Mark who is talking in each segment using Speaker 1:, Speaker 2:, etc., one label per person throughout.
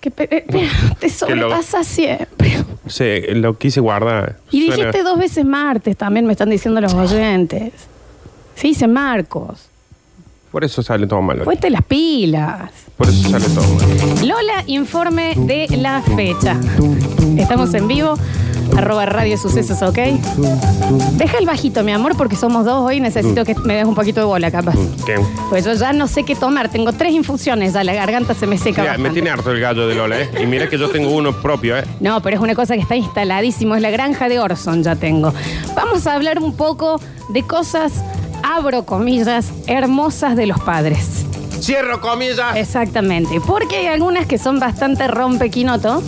Speaker 1: Que pe- pe- pe- te sobrepasa siempre.
Speaker 2: Sí, lo quise guardar.
Speaker 1: Y
Speaker 2: Suena-
Speaker 1: dijiste dos veces martes, también me están diciendo los oyentes. Sí, dice Marcos.
Speaker 2: Por eso sale todo malo.
Speaker 1: Fuiste las pilas.
Speaker 2: Por eso sale todo mal.
Speaker 1: Lola, informe de la fecha. Estamos en vivo, arroba radio sucesos, ¿ok? Deja el bajito, mi amor, porque somos dos hoy y necesito que me des un poquito de bola, capaz.
Speaker 2: Mm, ¿Qué?
Speaker 1: Pues yo ya no sé qué tomar, tengo tres infusiones, ya la garganta se me seca.
Speaker 2: Mira, me
Speaker 1: bastante.
Speaker 2: tiene harto el gallo de Lola, ¿eh? Y mira que yo tengo uno propio, ¿eh?
Speaker 1: No, pero es una cosa que está instaladísimo, es la granja de Orson, ya tengo. Vamos a hablar un poco de cosas, abro comillas, hermosas de los padres.
Speaker 2: Cierro comillas.
Speaker 1: Exactamente, porque hay algunas que son bastante rompequinoto.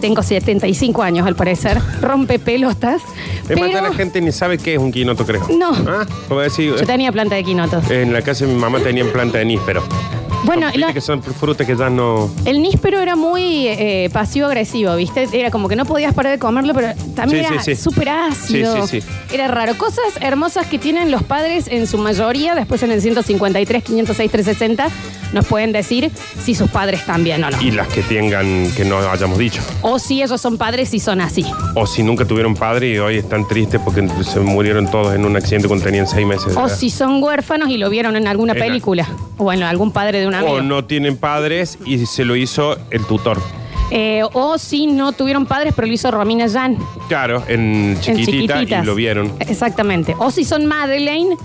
Speaker 1: Tengo 75 años al parecer, rompe pelotas.
Speaker 2: Es más, ya
Speaker 1: Pero
Speaker 2: la gente ni sabe qué es un quinoto, creo.
Speaker 1: No.
Speaker 2: ¿Ah? Como decir,
Speaker 1: yo tenía planta de quinotos.
Speaker 2: en la casa de mi mamá tenían planta de níspero.
Speaker 1: bueno,
Speaker 2: Eh, Viste
Speaker 1: lo-
Speaker 2: que son frutas que ya no...
Speaker 1: el níspero era muy eh, pasivo-agresivo, ¿viste? Era como que no podías parar de comerlo, pero también
Speaker 2: Sí,
Speaker 1: era
Speaker 2: sí, sí.
Speaker 1: súper ácido.
Speaker 2: Sí, sí,
Speaker 1: Era raro. Cosas hermosas que tienen los padres en su mayoría, después en el 153, 506, 360, nos pueden decir si sus padres también o no.
Speaker 2: Y las que tengan, que no hayamos dicho.
Speaker 1: O si ellos son padres y son así.
Speaker 2: O si nunca tuvieron padre y hoy están tristes porque se murieron todos en un accidente cuando tenían seis meses. de
Speaker 1: O
Speaker 2: edad.
Speaker 1: si son huérfanos y lo vieron en alguna
Speaker 2: Exacto.
Speaker 1: película. O bueno, algún padre de un amigo.
Speaker 2: O no tienen padres y se lo hizo el tutor.
Speaker 1: Eh, o si no tuvieron padres, pero lo hizo Romina Yan.
Speaker 2: Claro, en
Speaker 1: En
Speaker 2: chiquitita
Speaker 1: chiquititas.
Speaker 2: y lo vieron.
Speaker 1: Exactamente. O si son Madeleine,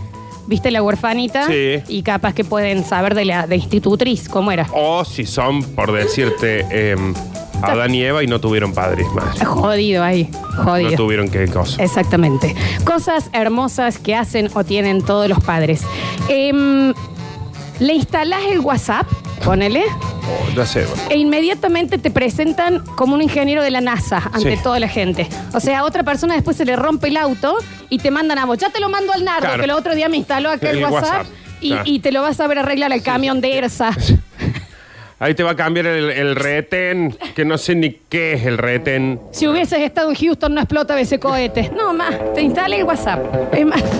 Speaker 1: viste la huerfanita.
Speaker 2: Sí.
Speaker 1: Y capaz que pueden saber de la de institutriz, cómo era.
Speaker 2: O si son, por decirte, eh, Adán y Eva y no tuvieron padres más.
Speaker 1: Ah, Jodido ahí. Jodido.
Speaker 2: No tuvieron qué cosa.
Speaker 1: Exactamente. Cosas hermosas que hacen o tienen todos los padres. Em, ¿Le instalás el WhatsApp? Ponele.
Speaker 2: Oh, ya sé.
Speaker 1: E inmediatamente te presentan como un ingeniero de la NASA ante
Speaker 2: Sí.
Speaker 1: toda la gente. O sea, a otra persona después se le rompe el auto y te mandan a vos. Ya te lo mando al Nardo,
Speaker 2: Claro.
Speaker 1: que el otro día me instaló aquel
Speaker 2: El
Speaker 1: WhatsApp,
Speaker 2: WhatsApp,
Speaker 1: Y,
Speaker 2: claro.
Speaker 1: y te lo vas a ver arreglar al camión de ERSA.
Speaker 2: Ahí te va a cambiar el, el retén, que no sé ni qué es el retén.
Speaker 1: Si hubieses estado en Houston, no explota ese cohete. No, más, te instala el WhatsApp. Es más.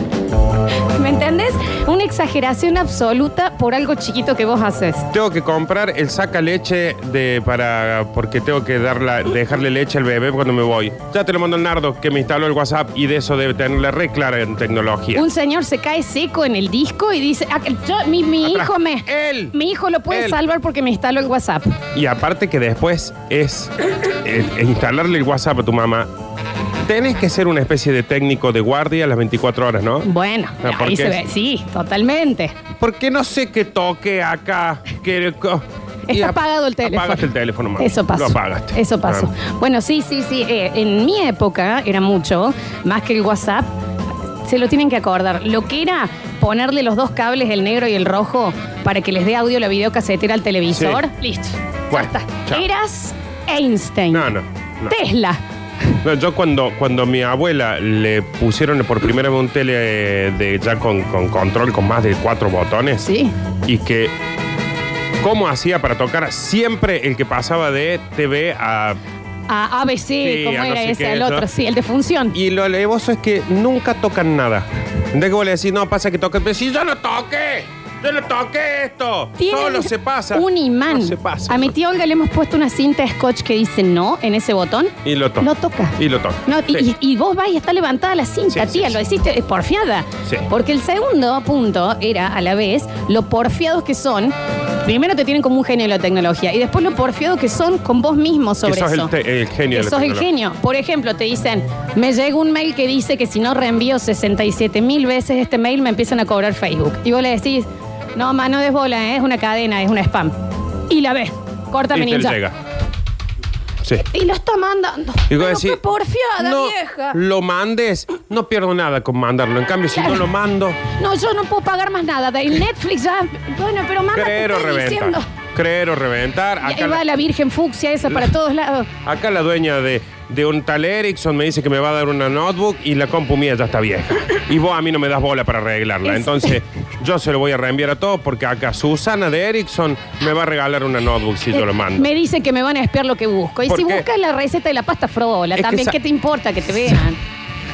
Speaker 1: ¿Me entendés? Una exageración absoluta por algo chiquito que vos haces.
Speaker 2: Tengo que comprar el saca leche de para porque tengo que dar la- dejarle leche al bebé cuando me voy. Ya te lo mando el Nardo, que me instaló el WhatsApp y de eso debe tenerla re clara en tecnología.
Speaker 1: Un señor se cae seco en el disco y dice, "Ah, yo- mi, mi
Speaker 2: Atrás.
Speaker 1: hijo me...
Speaker 2: Él.
Speaker 1: Mi hijo lo puede
Speaker 2: Él.
Speaker 1: salvar porque me instaló el WhatsApp.
Speaker 2: Y aparte que después es, es- es instalarle el WhatsApp a tu mamá. Tenés que ser una especie de técnico de guardia a las 24 horas, ¿no?
Speaker 1: Bueno,
Speaker 2: Ah, ¿por
Speaker 1: ahí
Speaker 2: qué?
Speaker 1: se ve. Sí, totalmente.
Speaker 2: Porque no sé qué toque acá. Que, co- y
Speaker 1: Está
Speaker 2: ap-
Speaker 1: apagado el teléfono.
Speaker 2: Apagaste el teléfono, mamá.
Speaker 1: Eso pasó.
Speaker 2: Lo apagaste.
Speaker 1: Eso pasó.
Speaker 2: Ah.
Speaker 1: Bueno, sí, sí, sí. eh, en mi época era mucho, más que el WhatsApp, se lo tienen que acordar. Lo que era ponerle los dos cables, el negro y el rojo, para que les dé audio la videocasetera al televisor.
Speaker 2: Sí.
Speaker 1: Listo. Ya
Speaker 2: Bueno,
Speaker 1: está.
Speaker 2: chao.
Speaker 1: Eras Einstein.
Speaker 2: No, no. no.
Speaker 1: Tesla.
Speaker 2: No, yo cuando, cuando mi abuela le pusieron por primera vez un tele eh, de ya con, con control con más de cuatro botones
Speaker 1: Sí.
Speaker 2: y que cómo hacía para tocar siempre el que pasaba de TV a
Speaker 1: A ABC,
Speaker 2: Sí,
Speaker 1: como
Speaker 2: a no
Speaker 1: era
Speaker 2: sé
Speaker 1: ese,
Speaker 2: qué,
Speaker 1: el
Speaker 2: eso.
Speaker 1: otro, sí, el de función.
Speaker 2: y lo alevoso es que nunca tocan nada. De que vos le decís, no, pasa que toca. Pero si yo no toqué, yo no toqué esto.
Speaker 1: Tienen
Speaker 2: Solo se pasa.
Speaker 1: Un imán.
Speaker 2: No se pasa.
Speaker 1: A mi tía Olga le hemos puesto una cinta scotch que dice no en ese botón.
Speaker 2: Y lo toca.
Speaker 1: Lo toca.
Speaker 2: Y lo toca.
Speaker 1: No, y-
Speaker 2: Sí.
Speaker 1: y, y vos vas y está levantada la cinta,
Speaker 2: Sí,
Speaker 1: tía,
Speaker 2: sí,
Speaker 1: lo hiciste eh, porfiada.
Speaker 2: Sí.
Speaker 1: Porque el segundo punto era, a la vez, lo porfiados que son. Primero te tienen como un genio de la tecnología y después lo porfiados que son con vos mismo sobre
Speaker 2: Que sos
Speaker 1: eso.
Speaker 2: el, te- el
Speaker 1: Que
Speaker 2: genio. de la
Speaker 1: sos el
Speaker 2: tecnología.
Speaker 1: genio. Por ejemplo, te dicen, me llega un mail que dice que si no reenvío 67 mil veces este mail me empiezan a cobrar Facebook. Y vos le decís, no, mano no des bola, ¿eh? es una cadena, es una spam. Y la ves, córtame
Speaker 2: Y te
Speaker 1: ninja.
Speaker 2: llega. Sí.
Speaker 1: Y lo está mandando.
Speaker 2: Y vos
Speaker 1: Pero
Speaker 2: decís,
Speaker 1: qué porfiada,
Speaker 2: no
Speaker 1: vieja.
Speaker 2: Lo mandes, no pierdo nada con mandarlo. En cambio, si no lo mando,
Speaker 1: No, yo no puedo pagar más nada. El Netflix ya. Bueno, pero mamá, te
Speaker 2: creer o
Speaker 1: estoy diciendo.
Speaker 2: reventar. Creer o reventar.
Speaker 1: Y ahí
Speaker 2: Acá,
Speaker 1: va
Speaker 2: la,
Speaker 1: la Virgen Fucsia esa para todos lados.
Speaker 2: acá la dueña de, de un tal Ericsson me dice que me va a dar una notebook y la compu mía ya está vieja. Y vos a mí no me das bola para arreglarla.
Speaker 1: Es-
Speaker 2: Entonces, Yo se lo voy a reenviar a todos porque acá Susana de Ericsson me va a regalar una notebook si yo lo mando.
Speaker 1: Me dice que me van a espiar lo que busco. Y
Speaker 2: ¿Por
Speaker 1: si
Speaker 2: qué?
Speaker 1: buscas la receta de la pasta frola,
Speaker 2: Es que
Speaker 1: también,
Speaker 2: sa-
Speaker 1: ¿qué te importa que te vean?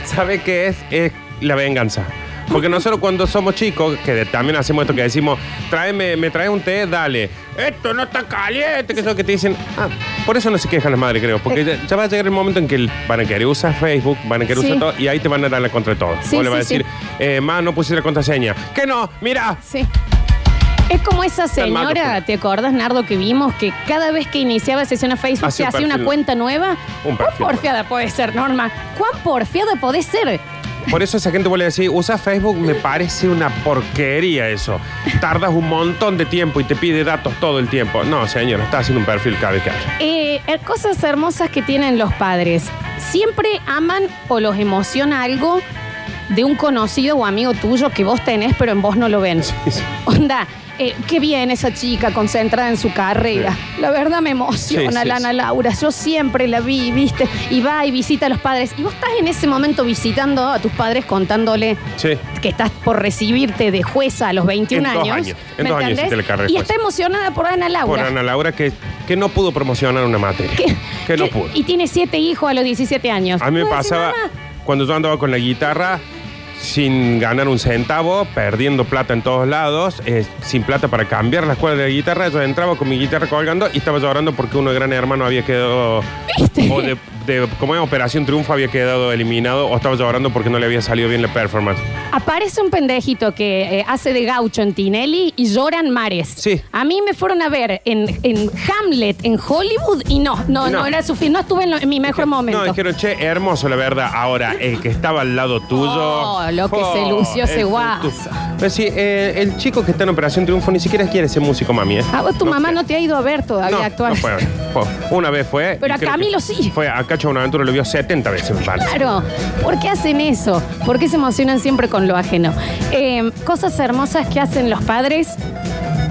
Speaker 2: ¿Sabe qué es? Es la venganza. Porque nosotros cuando somos chicos, que de- también hacemos esto que decimos, tráeme, me trae un té, dale. Esto no está caliente, que es lo que te dicen. Ah, por eso no se quejan las madres, creo. Porque ya, ya va a llegar el momento en que el- van a querer usar Facebook, van a querer
Speaker 1: Eh. Sí.
Speaker 2: usar todo, y ahí te van a dar la contra de todo.
Speaker 1: Sí,
Speaker 2: o le va a
Speaker 1: sí,
Speaker 2: decir, eh, ma, no puse la contraseña. Que no, mira.
Speaker 1: Sí. Es como esa
Speaker 2: Está el marco,
Speaker 1: señora,
Speaker 2: pues.
Speaker 1: ¿te acordás, Nardo, que vimos que cada vez que iniciaba sesión a Facebook
Speaker 2: Hacía
Speaker 1: se
Speaker 2: un
Speaker 1: hacía una
Speaker 2: perfil.
Speaker 1: cuenta nueva?
Speaker 2: Un
Speaker 1: ¿Cuán
Speaker 2: perfil,
Speaker 1: porfiada puede ser, Norma? ¿Cuán porfiada podés ser?
Speaker 2: Por eso esa gente vuelve a decir, usa Facebook, me parece una porquería eso. Tardas un montón de tiempo y te pide datos todo el tiempo. No, señor, está haciendo un perfil cada vez que habla.
Speaker 1: Eh, eh, cosas hermosas que tienen los padres. Siempre aman o los emociona algo de un conocido o amigo tuyo que vos tenés, pero en vos no lo ven. Onda, eh, qué bien esa chica concentrada en su carrera. La verdad me emociona,
Speaker 2: Sí, sí,
Speaker 1: Lana
Speaker 2: sí.
Speaker 1: Laura. Yo siempre la vi, viste, y va y visita a los padres. Y vos estás en ese momento visitando a tus padres contándole
Speaker 2: Sí.
Speaker 1: que estás por recibirte de jueza a los 21
Speaker 2: En dos
Speaker 1: años.
Speaker 2: años. En
Speaker 1: ¿me
Speaker 2: dos años
Speaker 1: entendés?
Speaker 2: hiciste la carrera de
Speaker 1: y
Speaker 2: jueza.
Speaker 1: está emocionada por Ana Laura.
Speaker 2: Por Ana Laura que, que no pudo promocionar una materia. Que no
Speaker 1: Que-
Speaker 2: pudo.
Speaker 1: Y tiene siete hijos a los 17 años.
Speaker 2: A mí me
Speaker 1: No,
Speaker 2: pasaba
Speaker 1: sí, mamá.
Speaker 2: cuando yo andaba con la guitarra sin ganar un centavo, perdiendo plata en todos lados, eh, sin plata para cambiar las cuerdas de la guitarra, yo entraba con mi guitarra colgando y estaba llorando porque uno de gran hermano había quedado...
Speaker 1: ¿Viste?
Speaker 2: O de, de- como en Operación Triunfo había quedado eliminado o estaba llorando porque no le había salido bien la performance.
Speaker 1: Aparece un pendejito que eh, hace de gaucho en Tinelli y lloran mares.
Speaker 2: Sí.
Speaker 1: A mí me fueron a ver en, en Hamlet, en Hollywood, y no, no, no,
Speaker 2: No.
Speaker 1: era suficiente. No estuve en, lo- en mi mejor momento.
Speaker 2: No, dijeron, che, hermoso, la verdad. Ahora, el que estaba al lado tuyo.
Speaker 1: Oh, lo que se lució ese
Speaker 2: el
Speaker 1: guaso.
Speaker 2: futuro. Pero sí, eh, el chico que está en Operación Triunfo ni siquiera quiere ser músico, mami. ¿eh?
Speaker 1: A vos tu mamá no te ha ido a ver Ah, todavía
Speaker 2: no,
Speaker 1: actuar.
Speaker 2: no fue, fue. Una vez fue.
Speaker 1: Pero
Speaker 2: y
Speaker 1: a
Speaker 2: creo
Speaker 1: Camilo
Speaker 2: que
Speaker 1: sí.
Speaker 2: Fue a Cacho Bonaventura, lo vio 70 veces, me parece.
Speaker 1: Claro, ¿por qué hacen eso? ¿Por qué se emocionan siempre con lo ajeno? Eh, cosas hermosas que hacen los padres,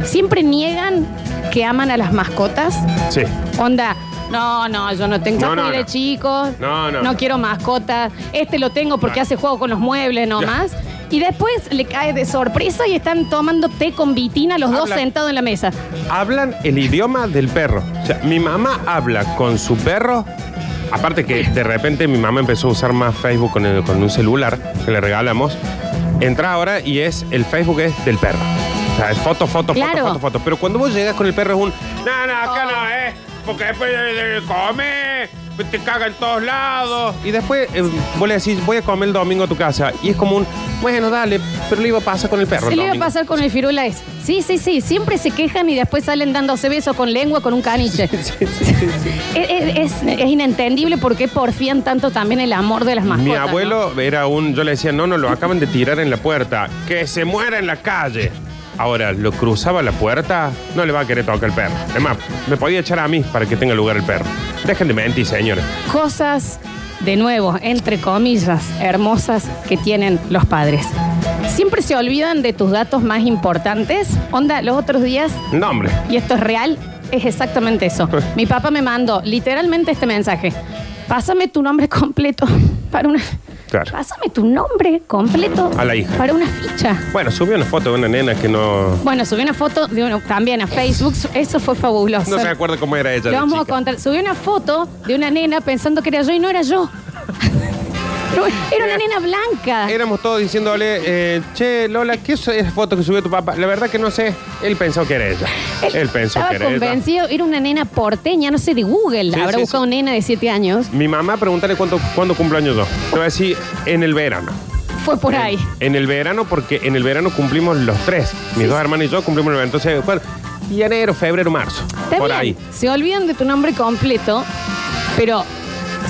Speaker 1: siempre niegan que aman a las mascotas.
Speaker 2: Sí.
Speaker 1: Onda, no, no, yo no tengo.
Speaker 2: No,
Speaker 1: yo
Speaker 2: no,
Speaker 1: cuidé
Speaker 2: no.
Speaker 1: chicos.
Speaker 2: No, no, no.
Speaker 1: quiero mascotas. Este lo tengo porque
Speaker 2: No.
Speaker 1: hace juego con los muebles nomás. Y después le cae de sorpresa y están tomando té con vitina los dos
Speaker 2: Habla-
Speaker 1: sentados en la mesa.
Speaker 2: hablan el idioma del perro. O sea, mi mamá habla con su perro. Aparte que de repente mi mamá empezó a usar más Facebook con, el- con un celular que le regalamos. Entra ahora y es el Facebook es del perro. O sea, es foto, foto,
Speaker 1: Claro.
Speaker 2: foto, foto, foto. Pero cuando vos llegas con el perro es un... No, no, acá no,
Speaker 1: Oh.
Speaker 2: eh. Porque después eh, eh, come, pues te caga en todos lados. Y después eh, vos le decís, voy a comer el domingo a tu casa. Y es como un, bueno, dale, pero le iba a pasar con el perro.
Speaker 1: ¿Qué
Speaker 2: el
Speaker 1: le iba a
Speaker 2: domingo.
Speaker 1: pasar con el firula es? Sí, sí, sí. Siempre se quejan y después salen dándose besos con lengua con un caniche. Es, es- es inentendible por qué porfían tanto también el amor de las mascotas.
Speaker 2: Mi
Speaker 1: ¿no?
Speaker 2: abuelo era un. Yo le decía, no, no, lo acaban de tirar en la puerta. Que se muera en la calle. Ahora, lo cruzaba la puerta, no le va a querer tocar el perro. Es más, me podía echar a mí para que tenga lugar el perro. Dejen de mentir, señores.
Speaker 1: Cosas, de nuevo, entre comillas, hermosas que tienen los padres. Siempre se olvidan de tus datos más importantes. Onda, los otros días,
Speaker 2: No, hombre.
Speaker 1: y esto es real, es exactamente eso.
Speaker 2: Pues.
Speaker 1: Mi papá me mandó literalmente este mensaje. Pásame tu nombre completo para una...
Speaker 2: Claro.
Speaker 1: Pásame tu nombre completo
Speaker 2: A la hija.
Speaker 1: para una ficha.
Speaker 2: Bueno, subí una foto de una nena que no.
Speaker 1: Bueno, subí una foto de uno también a Facebook. Eso fue fabuloso.
Speaker 2: No se acuerda cómo era ella.
Speaker 1: Le
Speaker 2: de
Speaker 1: vamos a
Speaker 2: chica.
Speaker 1: contar. Subí una foto de una nena pensando que era yo y no era yo. No, era una nena blanca.
Speaker 2: Éramos todos diciéndole, eh, che, Lola, ¿qué es esa foto que subió tu papá? La verdad que no sé. Él pensó que era ella. Él pensó
Speaker 1: Estaba
Speaker 2: que era ella.
Speaker 1: convencido, era una nena porteña, no sé, de Google.
Speaker 2: Sí,
Speaker 1: Habrá
Speaker 2: sí,
Speaker 1: buscado
Speaker 2: sí.
Speaker 1: nena de 7 años.
Speaker 2: Mi mamá, pregúntale cuánto, cuándo cumplo años yo. Te va a decir, en el verano.
Speaker 1: Fue por ahí.
Speaker 2: En el verano, porque en el verano cumplimos los tres. Mis dos hermanos y yo cumplimos el verano. Entonces, bueno, y enero, febrero, marzo.
Speaker 1: Está
Speaker 2: por
Speaker 1: bien,
Speaker 2: ahí.
Speaker 1: Se olvidan de tu nombre completo, pero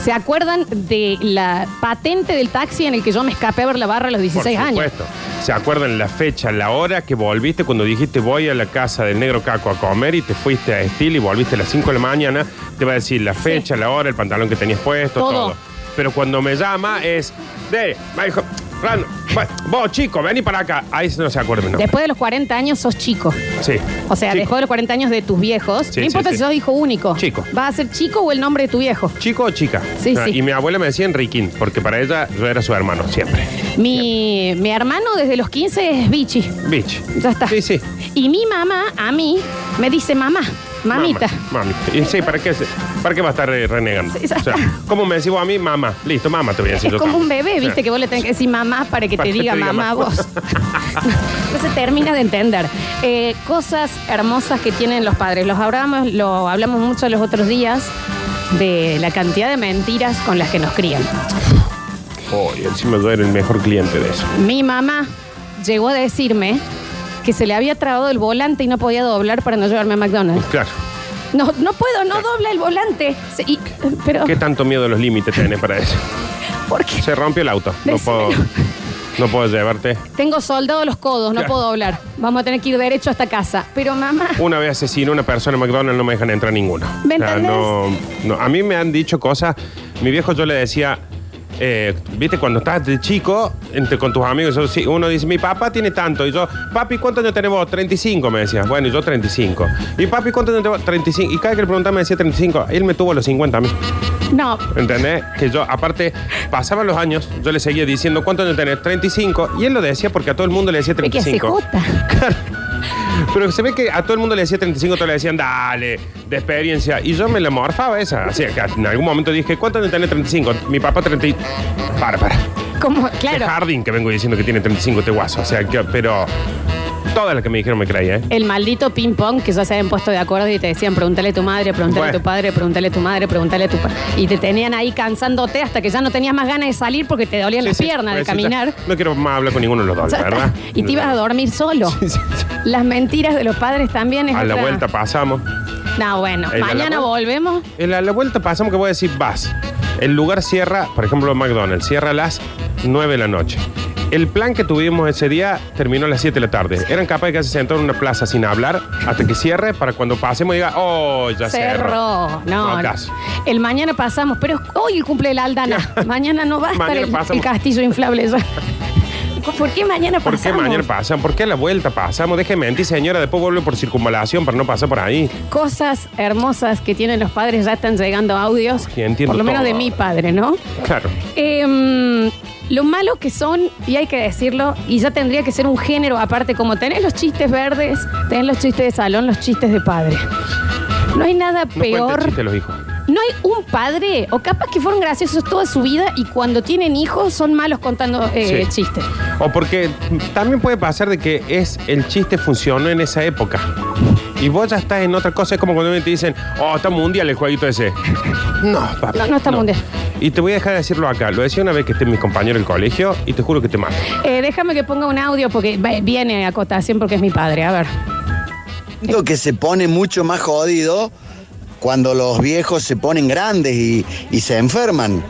Speaker 1: se acuerdan de la patente del taxi en el que yo me escapé a ver la barra a los
Speaker 2: Por
Speaker 1: 16 años.
Speaker 2: supuesto. ¿Se acuerdan la fecha, la hora que volviste cuando dijiste voy a la casa del negro caco a comer y te fuiste a Estil y volviste a las 5 de la mañana? Te va a decir la fecha, la hora, el pantalón que tenías puesto,
Speaker 1: Todo.
Speaker 2: todo. Pero cuando me llama es de, me dijo, Random. Bueno, vos, chico, vení para acá. Ahí no se acuerda mi nombre.
Speaker 1: Después de los 40 años sos chico.
Speaker 2: Sí.
Speaker 1: O sea,
Speaker 2: Chico.
Speaker 1: después de los 40 años de tus viejos,
Speaker 2: Sí,
Speaker 1: no
Speaker 2: sí,
Speaker 1: importa
Speaker 2: sí.
Speaker 1: si sos hijo único.
Speaker 2: Chico.
Speaker 1: ¿Vas a ser chico o el nombre de tu viejo?
Speaker 2: ¿Chico o chica?
Speaker 1: Sí,
Speaker 2: Ah,
Speaker 1: sí.
Speaker 2: Y mi abuela me decía Enriquín, porque para ella yo era su hermano, siempre.
Speaker 1: Mi, mi hermano desde los 15 es bichi.
Speaker 2: Bitch.
Speaker 1: Ya está.
Speaker 2: Sí, sí.
Speaker 1: Y mi mamá, a mí, me dice mamá, mamita.
Speaker 2: Mamá, mamita. Y sí, ¿para qué, se- ¿para qué va a estar eh, renegando?
Speaker 1: Sí, ya
Speaker 2: o sea,
Speaker 1: está.
Speaker 2: ¿Cómo me decís vos a mí? Mamá. Listo, mamá te voy a decir
Speaker 1: Es
Speaker 2: yo
Speaker 1: como un
Speaker 2: también.
Speaker 1: bebé,
Speaker 2: Sí.
Speaker 1: viste, que vos le tenés que decir mamá para que
Speaker 2: Para
Speaker 1: te
Speaker 2: que
Speaker 1: diga
Speaker 2: te diga
Speaker 1: mamá a
Speaker 2: mamá.
Speaker 1: vos. no se termina de entender. Eh, cosas hermosas que tienen los padres. Los hablamos, lo hablamos mucho los otros días de la cantidad de mentiras con las que nos crían.
Speaker 2: Oh, y encima yo era el mejor cliente de eso.
Speaker 1: Mi mamá llegó a decirme que se le había trabado el volante y no podía doblar para no llevarme a McDonald's.
Speaker 2: Claro.
Speaker 1: No, no puedo, no dobla el volante. Se- y- eh, pero,
Speaker 2: ¿Qué tanto miedo a los límites tenés para eso?
Speaker 1: ¿por qué?
Speaker 2: Se rompió el auto. No puedo,
Speaker 1: Decímelo.
Speaker 2: no puedo llevarte.
Speaker 1: Tengo soldados los codos, no
Speaker 2: Claro.
Speaker 1: puedo doblar. Vamos a tener que ir derecho hasta casa. Pero mamá,
Speaker 2: Una vez asesino a una persona en McDonald's no me dejan entrar ninguna.
Speaker 1: ¿Me
Speaker 2: O sea,
Speaker 1: entendés?
Speaker 2: no, no. A mí me han dicho cosas. Mi viejo yo le decía, eh, viste, cuando estás de chico, entre, con tus amigos, yo sí, uno dice, mi papá tiene tanto. Y yo, papi, ¿cuántos años tenés vos? 35, me decía. Bueno, y yo 35. Y papi, ¿cuántos años tenés vos? 35. Y cada que le preguntaba me decía 35. Él me tuvo a los 50 a mí.
Speaker 1: no.
Speaker 2: ¿Entendés? Que yo, aparte, pasaban los años, yo le seguía diciendo, ¿cuántos años tenés? 35. Y él lo decía porque a todo el mundo le decía
Speaker 1: ¿De qué se
Speaker 2: 35.
Speaker 1: jota?
Speaker 2: Pero se ve que a todo el mundo le decía 35, todos le decían, dale, de experiencia. Y yo me la morfaba esa. Así que en algún momento dije, ¿cuánto años tenés 35? Mi papá 30. y- Para, para.
Speaker 1: Como,
Speaker 2: Qué
Speaker 1: claro,
Speaker 2: jardín que vengo diciendo que tiene 35 este guaso. O sea, que, pero. Todas las que me dijeron me creía, ¿eh?
Speaker 1: el maldito ping-pong que ya se habían puesto de acuerdo y te decían, pregúntale a tu madre, pregúntale a
Speaker 2: Bueno.
Speaker 1: tu padre, pregúntale a tu madre, pregúntale a tu padre. Y te tenían ahí cansándote hasta que ya no tenías más ganas de salir porque te dolían
Speaker 2: Sí,
Speaker 1: las
Speaker 2: sí,
Speaker 1: piernas de
Speaker 2: pues, sí,
Speaker 1: caminar.
Speaker 2: ya. No quiero más hablar con ninguno de los dos,
Speaker 1: Ya
Speaker 2: la
Speaker 1: está.
Speaker 2: ¿verdad?
Speaker 1: Y te ibas a dormir solo.
Speaker 2: Sí, sí, sí.
Speaker 1: Las mentiras de los padres también es
Speaker 2: A la
Speaker 1: otra-
Speaker 2: vuelta pasamos.
Speaker 1: No, bueno,
Speaker 2: Ella a la
Speaker 1: mañana
Speaker 2: vuelta.
Speaker 1: volvemos.
Speaker 2: El- A la vuelta pasamos que voy a decir, vas. El lugar cierra, por ejemplo, McDonald's, cierra a las 9 de la noche. El plan que tuvimos ese día terminó a las 7 de la tarde. Eran capaces de que se sentaron en una plaza sin hablar hasta que cierre para cuando pasemos diga, oh, ya cerró.
Speaker 1: Cerro. No,
Speaker 2: No,
Speaker 1: no.
Speaker 2: acaso.
Speaker 1: El mañana pasamos, pero es hoy el cumple de la Aldana. mañana no va a estar
Speaker 2: Mañana
Speaker 1: el,
Speaker 2: pasamos.
Speaker 1: el castillo inflable ya. ¿Por qué mañana
Speaker 2: ¿Por
Speaker 1: pasamos?
Speaker 2: qué mañana pasan? ¿Por qué a la vuelta pasamos? Déjeme mentir, señora, después vuelve por circunvalación para no pasar por ahí.
Speaker 1: Cosas hermosas que tienen los padres, ya están llegando audios.
Speaker 2: Sí, entiendo
Speaker 1: por lo menos
Speaker 2: todo
Speaker 1: de mi
Speaker 2: ahora.
Speaker 1: padre, ¿no?
Speaker 2: Claro.
Speaker 1: Em, lo malo que son, y hay que decirlo, y ya tendría que ser un género aparte, como tenés los chistes verdes, tenés los chistes de salón, los chistes de padre. No hay nada
Speaker 2: No cuenten
Speaker 1: peor.
Speaker 2: chistes los hijos.
Speaker 1: No hay un padre, o capaz que fueron graciosos toda su vida y cuando tienen hijos son malos contando eh,
Speaker 2: Sí.
Speaker 1: chistes.
Speaker 2: O porque también puede pasar de que es el chiste funcionó en esa época. Y vos ya estás en otra cosa. Es como cuando te dicen, oh, está mundial el jueguito ese. No, papi.
Speaker 1: No, no está mundial.
Speaker 2: Y te voy a dejar de decirlo acá. Lo decía una vez que esté mi compañero en el colegio y te juro que te mato.
Speaker 1: Eh, déjame que ponga un audio porque va- viene a acotación porque es mi padre. A ver.
Speaker 3: Lo que se pone mucho más jodido cuando los viejos se ponen grandes y, y se enferman.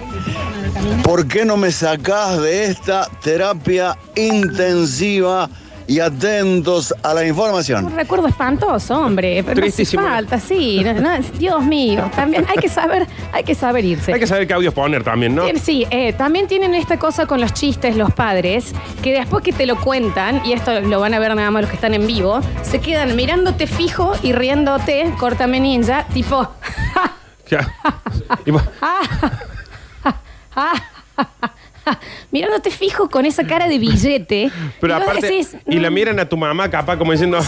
Speaker 3: ¿Por qué no me sacás de esta terapia intensiva y atentos a la
Speaker 1: Un
Speaker 3: información?
Speaker 1: recuerdo espantoso, hombre. Pero no hace
Speaker 2: Tristísimo.
Speaker 1: falta, sí. No- no, Dios mío. También hay que saber, hay que saber irse.
Speaker 2: Hay que saber qué audios poner también, ¿no?
Speaker 1: Eh, Sí, eh, también tienen esta cosa con los chistes los padres, que después que te lo cuentan, y esto lo van a ver nada más los que están en vivo, se quedan mirándote fijo y riéndote, córtame ninja, tipo,
Speaker 2: Ya. Y vos-
Speaker 1: Ah. mirándote fijo con esa cara de billete.
Speaker 2: Pero
Speaker 1: y vos
Speaker 2: aparte,
Speaker 1: decís, "Mm".
Speaker 2: y la
Speaker 1: "No".
Speaker 2: miran a tu mamá capaz como diciendo,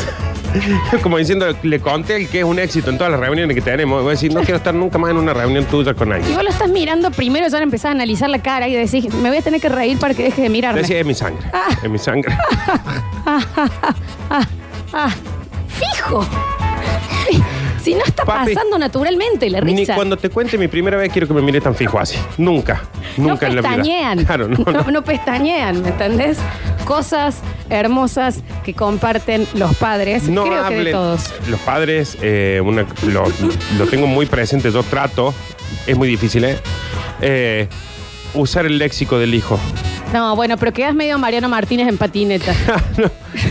Speaker 2: como diciendo, le conté el que es un éxito en todas las reuniones que tenemos. Voy a decir, no quiero estar nunca más en una reunión tuya con
Speaker 1: Y
Speaker 2: alguien.
Speaker 1: vos lo estás mirando primero, ya le empezás a analizar la cara y decís, me voy a tener que reír para que deje de mirarme.
Speaker 2: Decía, es mi sangre. Es mi sangre.
Speaker 1: Ah, fijo. Si no está
Speaker 2: Papi,
Speaker 1: pasando naturalmente la
Speaker 2: Ni
Speaker 1: risa.
Speaker 2: cuando te cuente mi primera vez quiero que me mires tan fijo así. Nunca. Nunca
Speaker 1: no
Speaker 2: en la vida.
Speaker 1: pestañean.
Speaker 2: Claro, no,
Speaker 1: no,
Speaker 2: no.
Speaker 1: no pestañean, ¿me entendés? Cosas hermosas que comparten los padres.
Speaker 2: No
Speaker 1: Creo que de
Speaker 2: hablen.
Speaker 1: todos.
Speaker 2: Los padres, eh, una- lo, lo tengo muy presente, yo trato, es muy difícil, ¿eh? Eh, usar el léxico del hijo.
Speaker 1: No, bueno, pero quedas medio Mariano Martínez en patineta.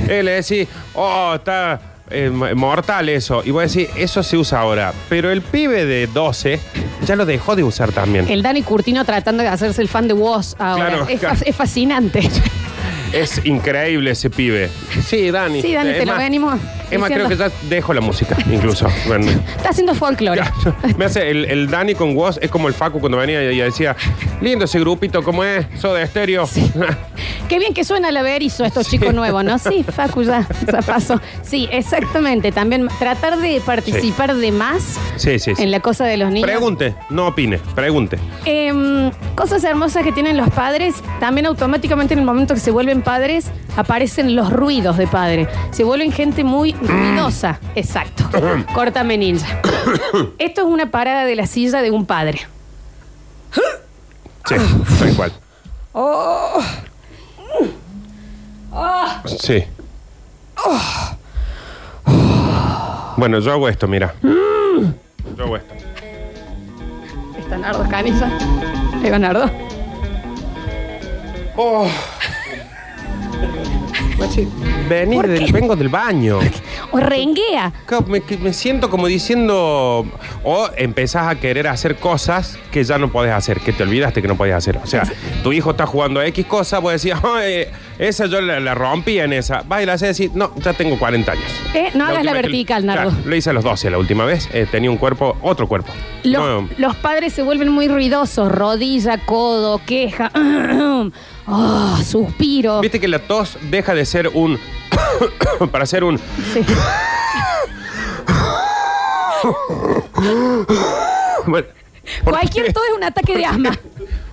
Speaker 2: Él le decís, oh, está eh, mortal eso. Y voy a decir, eso se usa ahora. Pero el pibe de 12 ya lo dejó de usar también.
Speaker 1: El Dani Curtino tratando de hacerse el fan de Woz ahora.
Speaker 2: Claro,
Speaker 1: es, fa-
Speaker 2: claro.
Speaker 1: es fascinante.
Speaker 2: Es increíble ese pibe. Sí, Dani.
Speaker 1: Sí, Dani,
Speaker 2: Es
Speaker 1: te lo
Speaker 2: más-
Speaker 1: venimos
Speaker 2: Es más, creo
Speaker 1: diciendo.
Speaker 2: que ya dejo la música, incluso. Bueno,
Speaker 1: Está haciendo folclore.
Speaker 2: ya, me hace el, el Dani con Woz, es como el Facu cuando venía y decía, lindo ese grupito, ¿cómo es? Soda estéreo.
Speaker 1: Qué bien que suena la berizo estos chicos nuevos, ¿no? Sí, Facu, ya, ya pasó. Sí, exactamente. También tratar de participar de más
Speaker 2: sí, sí, sí.
Speaker 1: en la cosa de los niños.
Speaker 2: Pregunte, no opine, pregunte.
Speaker 1: Em, cosas hermosas que tienen los padres, también automáticamente en el momento que se vuelven padres, aparecen los ruidos de padre. Se vuelven gente muy ruidosa. Exacto. Córtame ninja. Esto es una parada de la silla de un padre.
Speaker 2: Sí,
Speaker 1: Ah.
Speaker 2: tal cual.
Speaker 1: Oh.
Speaker 2: Sí.
Speaker 1: Oh.
Speaker 2: Bueno, yo hago esto, mira.
Speaker 1: Mm.
Speaker 2: Yo hago esto.
Speaker 1: Está Nardo Canilla. Ahí va Nardo.
Speaker 2: Oh. Machi, Vení,
Speaker 1: ¿Por
Speaker 2: del-
Speaker 1: qué?
Speaker 2: vengo del baño.
Speaker 1: O renguea.
Speaker 2: Claro, Me, que me siento como diciendo, o empezás a querer hacer cosas que ya no podés hacer, que te olvidaste que no podías hacer. O sea, tu hijo está jugando a X cosa, vos decís, "Ay, esa yo la, la rompí en esa. Va y la haces decir, no, ya tengo 40 años.
Speaker 1: Eh, no hagas la
Speaker 2: última vez que-
Speaker 1: vertical, Nardo.
Speaker 2: Claro, lo hice a los 12 la última vez, eh, tenía un cuerpo, otro cuerpo.
Speaker 1: Los,
Speaker 2: No,
Speaker 1: los padres se vuelven muy ruidosos. Rodilla, codo, queja. Oh, suspiro.
Speaker 2: Viste que la tos deja de ser un... para ser un...
Speaker 1: Sí.
Speaker 2: Bueno, ¿por
Speaker 1: Cualquier
Speaker 2: qué?
Speaker 1: todo es un ataque de asma.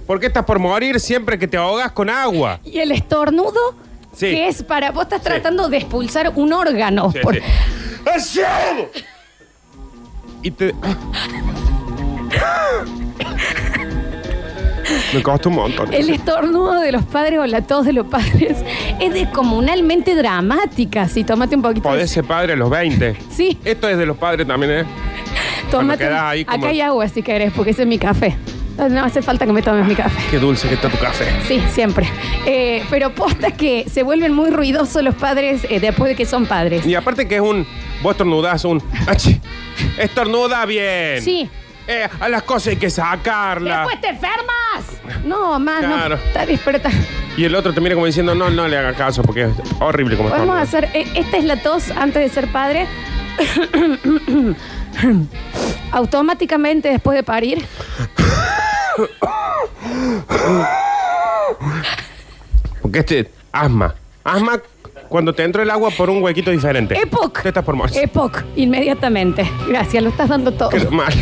Speaker 2: ¿Por qué estás por morir siempre que te ahogas con agua?
Speaker 1: Y el estornudo,
Speaker 2: Sí.
Speaker 1: que es para. Vos estás tratando de expulsar un órgano.
Speaker 2: Sí,
Speaker 1: por-
Speaker 2: sí. ¡Así! Y te. Me costó un montón.
Speaker 1: El estornudo de los padres o la tos de los padres es descomunalmente dramática. Si tómate un poquito. de-
Speaker 2: Podés ser padre a los 20.
Speaker 1: Sí.
Speaker 2: Esto es de los padres también, ¿eh? cuando
Speaker 1: tómate.
Speaker 2: quedás ahí como-
Speaker 1: Acá hay agua si querés, porque ese es mi café. No, no hace falta que me tomes mi café.
Speaker 2: Qué dulce que está tu café.
Speaker 1: Sí, siempre. Eh, pero posta que se vuelven muy ruidosos los padres eh, después de que son padres.
Speaker 2: Y aparte que es un. Vos estornudás un. "Achi". Estornuda bien.
Speaker 1: Sí.
Speaker 2: Eh, a las cosas hay que sacarlas.
Speaker 1: ¡Después te enfermas! No, mano.
Speaker 2: Claro.
Speaker 1: Está despierta.
Speaker 2: Y el otro te mira como diciendo, no, no le haga caso porque es horrible como
Speaker 1: Podemos
Speaker 2: estornuda.
Speaker 1: hacer. eh, esta es la tos antes de ser padre. Automáticamente después de parir.
Speaker 2: Porque este asma. Asma cuando te entra el agua por un huequito diferente.
Speaker 1: ¡Epoc!
Speaker 2: Te estás por morir.
Speaker 1: ¡Epoc! Inmediatamente. Gracias, lo estás dando todo.
Speaker 2: Qué mal.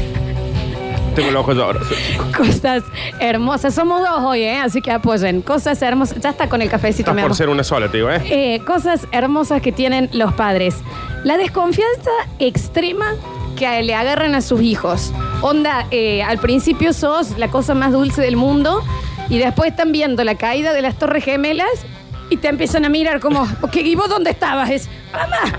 Speaker 2: Tengo los ojos llorosos.
Speaker 1: Cosas hermosas. Somos dos hoy, ¿eh? Así que apoyen. Cosas hermosas. Ya está con el cafecito,
Speaker 2: Estás
Speaker 1: mi
Speaker 2: por
Speaker 1: amor.
Speaker 2: ser una sola, te digo, ¿eh?
Speaker 1: Eh, cosas hermosas que tienen los padres. La desconfianza extrema que le agarran a sus hijos. Onda, eh, al principio sos la cosa más dulce del mundo y después están viendo la caída de las Torres Gemelas y te empiezan a mirar como, ok, ¿y vos dónde estabas? Es, mamá,